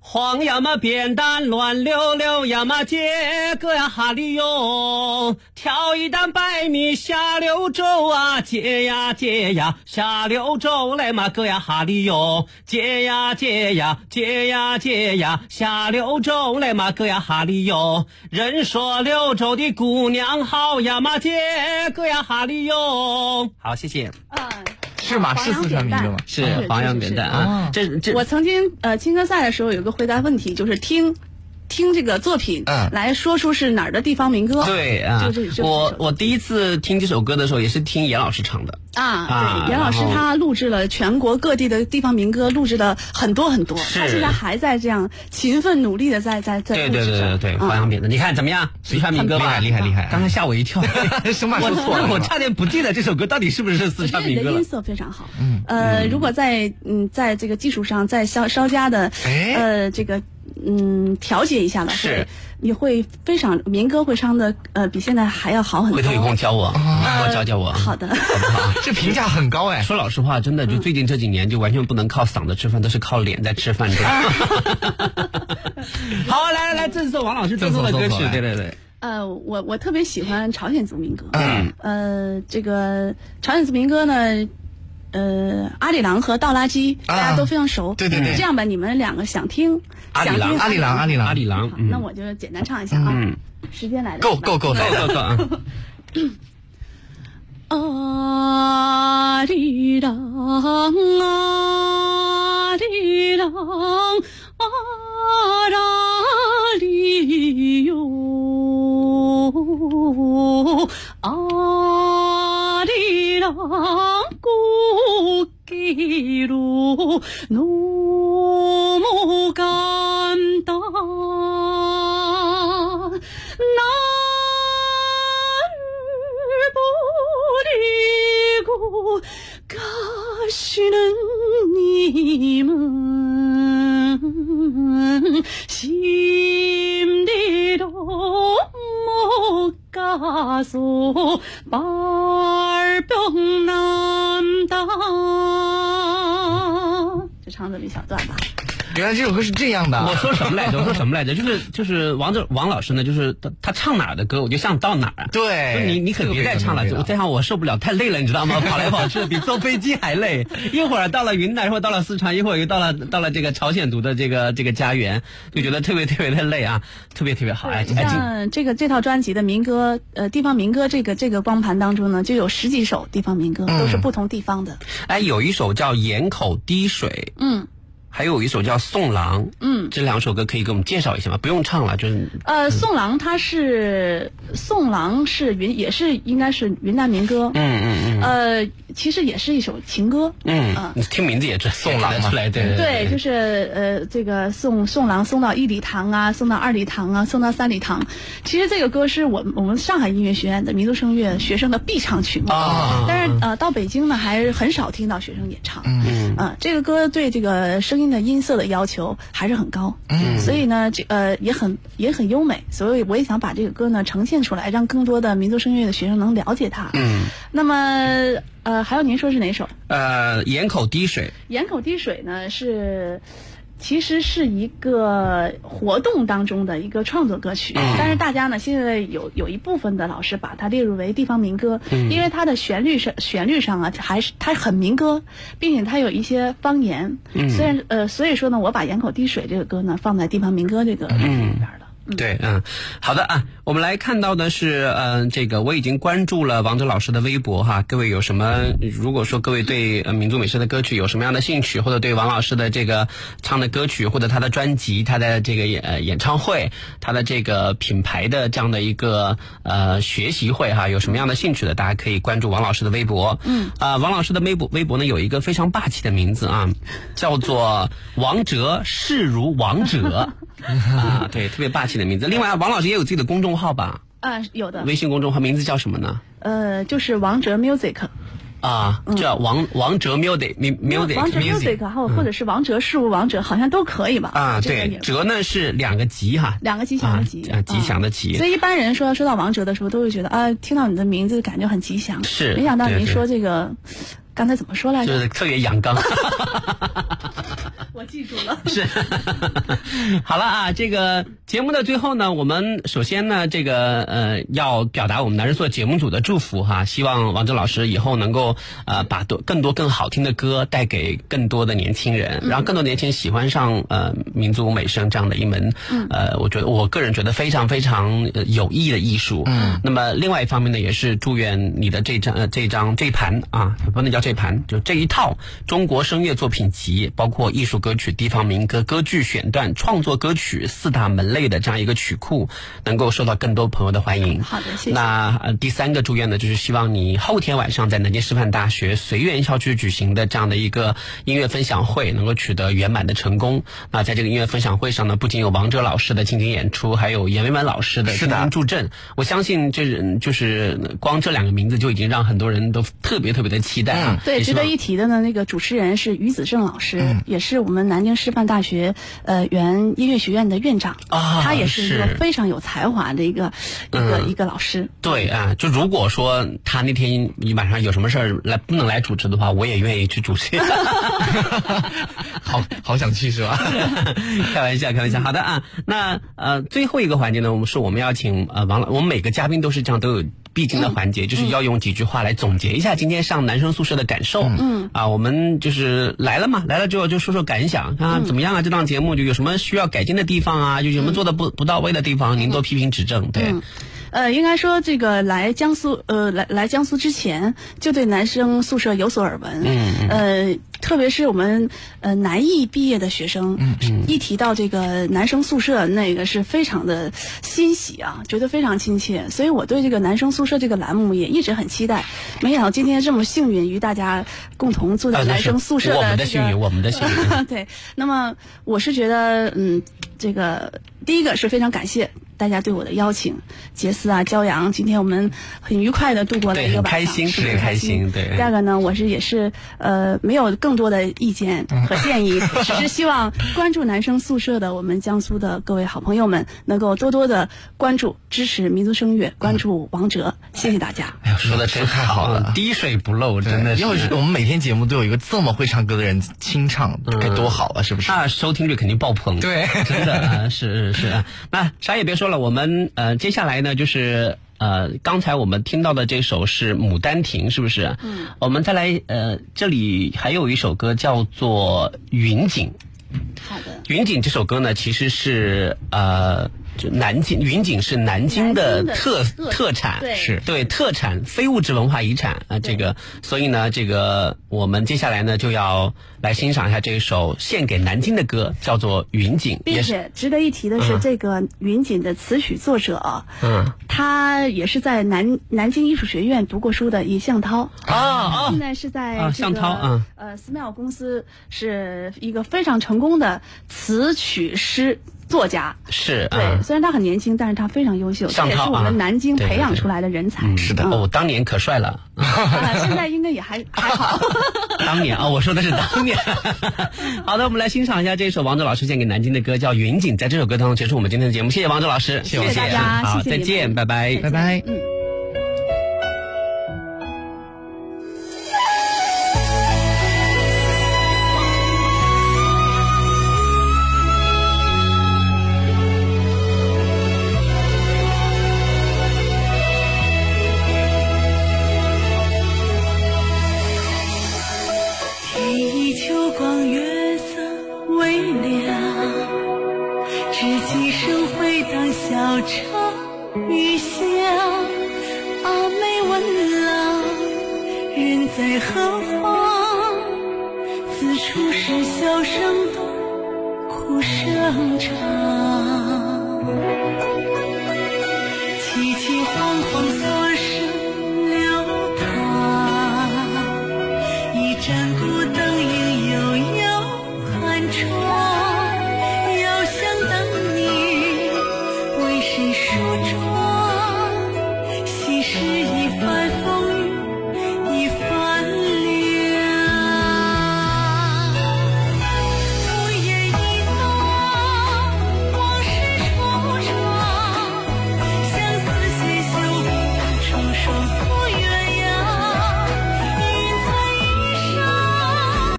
黄呀嘛扁担乱溜溜呀嘛接个呀哈里哟，挑一担白米下柳州啊，接呀接呀下柳州来嘛个呀哈里哟，接呀接呀接呀接呀下柳州来嘛个呀哈里哟。人说柳州的姑娘好呀嘛接个呀哈里哟。好，谢谢。
是吗？
黄
是
洋
四川民歌吗？
扁担是
黄洋
哦是
扁
是哦
担啊，这这
我曾经呃青歌赛的时候有一个回答问题，就是听听这个作品，
嗯
来说出是哪儿的地方民歌。
对啊
就这，就
我我第一次听这首歌的时候，也是听严老师唱的。
啊，
啊
对，严老师
然后
他录制了全国各地的地方民歌，录制了很多很多。
是
他现在还在这样勤奋努力的在在在
对
录
对
制
对
着
对对，
嗯
花样扁担，你看怎么样？四川民歌吧，
厉害厉害厉害
刚才吓我 一跳，
什么
我
说错了
我差点不记得这首歌到底是不是四
我觉
川
得你的
民歌了嗯
音。色非常好。呃，如果在嗯，在这个技术上再稍稍加的
哎
呃这个嗯调节一下吧，
是
会你会非常民歌会唱的呃比现在还要好很多。
回头有空教我，多教教我。
哦好的， 啊
这评价很高哎。
说老实话，真的，就最近这几年，就完全不能靠嗓子吃饭，都是靠脸在吃饭。这个 好，来来来，赠送王老师赠送的歌曲，对对对，
呃，我我特别喜欢朝鲜族民歌。嗯，呃，这个朝鲜族民歌呢，呃，阿里郎和道拉基
啊
大家都非常熟。
对对对
这样吧，你们两个想听，
哎阿
想
里郎，
听
阿里郎，阿里郎
好，
嗯
那我就简单唱一下啊。
嗯，
时间来了，
够
是吧
够够够够够啊！
阿里郎，阿里郎，阿拉里哟，阿里郎古吉路，努木干达。날 버리고 가시는 님은 심리로 못 가서 발병 난다
就唱这么一小段吧。
原来这首歌是这样的。
我说什么来着？我说什么来着？就是就是王这王老师呢，就是他他唱哪儿的歌，我就想到哪儿。啊
对
就你你可别再唱了
特别有味，道
再唱我受不了，太累了，你知道吗？跑来跑去比坐飞机还累。一会儿到了云南，一会儿到了四川，一会儿又到了到了这个朝鲜族的这个这个家园，就觉得特别特别的累啊，特别特别好。哎，哎今
像这个这套专辑的民歌，呃，地方民歌这个这个光盘当中呢，就有十几首地方民歌，
嗯
都是不同地方的。
哎有一首叫《盐口滴水》，
嗯，
还有一首叫《送郎》，
嗯
这两首歌可以给我们介绍一下吗？不用唱了，
嗯
就是
呃，宋郎他是宋郎是云也是应该是云南民歌，
嗯嗯嗯
呃，其实也是一首情歌，
嗯
啊，
你听名字也知送郎出来，对
对，就是呃，这个送送郎送到一礼堂啊，送到二礼堂啊，送到三礼堂。其实这个歌是我们我们上海音乐学院的民族声乐学生的必唱曲目，
啊
但是呃，到北京呢还是很少听到学生演唱。
嗯
啊，这个歌对这个声音的音色的要求还是很高，嗯，所以呢，这呃也很也很优美，所以我也想把这个歌呢呈现出来，让更多的民族声乐的学生能了解它。
嗯，
那么呃，还有您说是哪首？
呃，眼口滴水，
眼口滴水呢是，其实是一个活动当中的一个创作歌曲，
嗯
但是大家呢现在有有一部分的老师把它列入为地方民歌，
嗯
因为它的旋律上旋律上啊还是它很民歌，并且它有一些方言，
嗯
虽然呃所以说呢我把眼口滴水这个歌呢放在地方民歌这个
嗯。对，嗯，好的啊，我们来看到的是，嗯、这个我已经关注了王哲老师的微博哈，各位有什么？如果说各位对、呃、民族美食的歌曲有什么样的兴趣，或者对王老师的这个唱的歌曲，或者他的专辑、他的这个演、呃、演唱会、他的这个品牌的这样的一个呃学习会哈，有什么样的兴趣的，大家可以关注王老师的微博。嗯，啊、王老师的微博微博呢有一个非常霸气的名字啊，叫做王哲，视如王者。 啊，对，特别霸气的名字。另外，王老师也有自己的公众号吧？
啊有的
微信公众号名字叫什么呢？
呃就是王哲 music。
啊，叫王王哲 music mu-
嗯
music 嗯
王哲 music，还有或者是王哲事务王者，好像都可以吧？
啊，
这个
对，
也
哲呢是两个吉哈，
两个吉祥的吉，
啊，吉祥的吉。
所以一般人说说到王哲的时候，都会觉得啊，听到你的名字感觉很吉祥。
是
没想到
对
您
对
说这个，刚才怎么说来
就
着？
是特别阳 刚，
我记住 了。
是。好了啊，这个节目的最后呢，我们首先呢，这个呃，要表达我们男人做节目组的祝福哈，希望王哲老师以后能够呃，把多更多更好听的歌带给更多的年轻人，
嗯
让更多年轻人喜欢上呃民族美声这样的一门、
嗯
呃，我觉得我个人觉得非常非常呃有益的艺术。嗯，那么另外一方面呢，也是祝愿你的这张呃这张这盘啊，不能叫这盘，就这一套中国声乐作品集，包括艺术歌曲、地方民歌、歌剧选段、创作歌曲四大门类的这样一个曲库，能够受到更多朋友的欢迎。
好的，谢谢。
那呃，第三个祝愿呢，就是希望你后天晚上在南京师范大学随园校区举行的这样的一个音乐分享会能够取得圆满的成功。那在这个音乐分享会上呢，不仅有王哲老师的倾情演出，还有严维满老师的倾情助阵。我相信这人就是呃光这两个名字就已经让很多人都特别特别的期待啊。
对，
也希
值
望
得一提的呢，那个主持人是于子正老师，
嗯
也是我们南京师范大学呃原音乐学院的院长，
啊
他也是一个
是
非常有才华的一个一个、
嗯
一个老师。
对啊，就如果说他那天晚上有什么事儿来不能来主持的话，我也愿意去 主持。 好好想去是吧？开玩笑，开玩笑。好的啊，那呃最后一个环节呢，我们是我们要请呃王老，我们每个嘉宾都是这样都有。必经的环
嗯
节、就是要用几句话来总结一下今天上男生宿舍的感受。
嗯
啊，我们就是来了嘛，来了之后就说说感想啊，
嗯
怎么样啊？这档节目就有什么需要改进的地方啊？就有什么做的不、不到位的地方，
嗯
您多批评指正。对，
呃，应该说这个来江苏，呃，来来江苏之前就对男生宿舍有所耳闻，
嗯嗯
呃，特别是我们呃南艺毕业的学生，
嗯嗯
一提到这个男生宿舍，那个是非常的欣喜啊，觉得非常亲切，所以我对这个男生宿舍这个栏目也一直很期待，没想到今天这么幸运与大家共同坐在
啊那
男
是
生宿舍的、这
我
个
们的幸运，我们 的幸运。
对，那么我是觉得，嗯，这个第一个是非常感谢大家对我的邀请，杰斯啊，骄阳，今天我们很愉快的度过了
对
一个
很
晚上，
开心
是
特别
很
开心对
第二个呢，我是也是呃，没有更多的意见和建 议，只是希望关注男生宿舍的我们江苏的各位好朋友们，能够多多的关注、支持民族声乐，关注王哲，谢谢大家。
哎呦，说的真太好了，
滴水不漏，真的是
要是我们每天节目都有一个这么会唱歌的人清唱，
嗯
该多好啊，是不是？
那收听率肯定爆棚。
对
真的啊是是是啊。那啥也别说了，我们呃接下来呢就是呃刚才我们听到的这首是《牡丹亭》，是不是？嗯。我们再来呃这里还有一首歌叫做《云锦》。好的。《云锦》这首歌呢，其实是呃就南京云锦是南京的
南京的
特
特
特产，
对是
对特产非物质文化遗产啊。这个，所以呢，这个我们接下来呢就要来欣赏一下这一首献给南京的歌，叫做《云锦》，
并
也是
且值得一提的是，
嗯
这个云锦的词曲作者啊，
嗯。
他也是在南南京艺术学院读过书的尹向涛
啊啊
现在是在、这
啊
个、
向涛啊
呃寺庙公司是一个非常成功的词曲诗作家。
是
对，
啊。
虽然他很年轻，但是他非常优秀，这
上
也
套
是我
啊
们南京
对对
培养
对
出来的人才。
嗯，是的，哦，当年可帅了，
啊，现在应该也还 还好。
当年啊、哦，我说的是当年。 好的，我们来欣赏一下这首王哲老师献给南京的歌，叫《云锦》。在这首歌当中结束我们今天的节目，谢谢王哲老师，
谢谢大家
好，
谢谢
再
你们
见，拜拜，
拜拜。
嗯
天依秋光，月色微凉，知己声回荡小城余香。阿妹问郎，人在何方？此处是箫声动，哭声长。凄凄惶惶桑。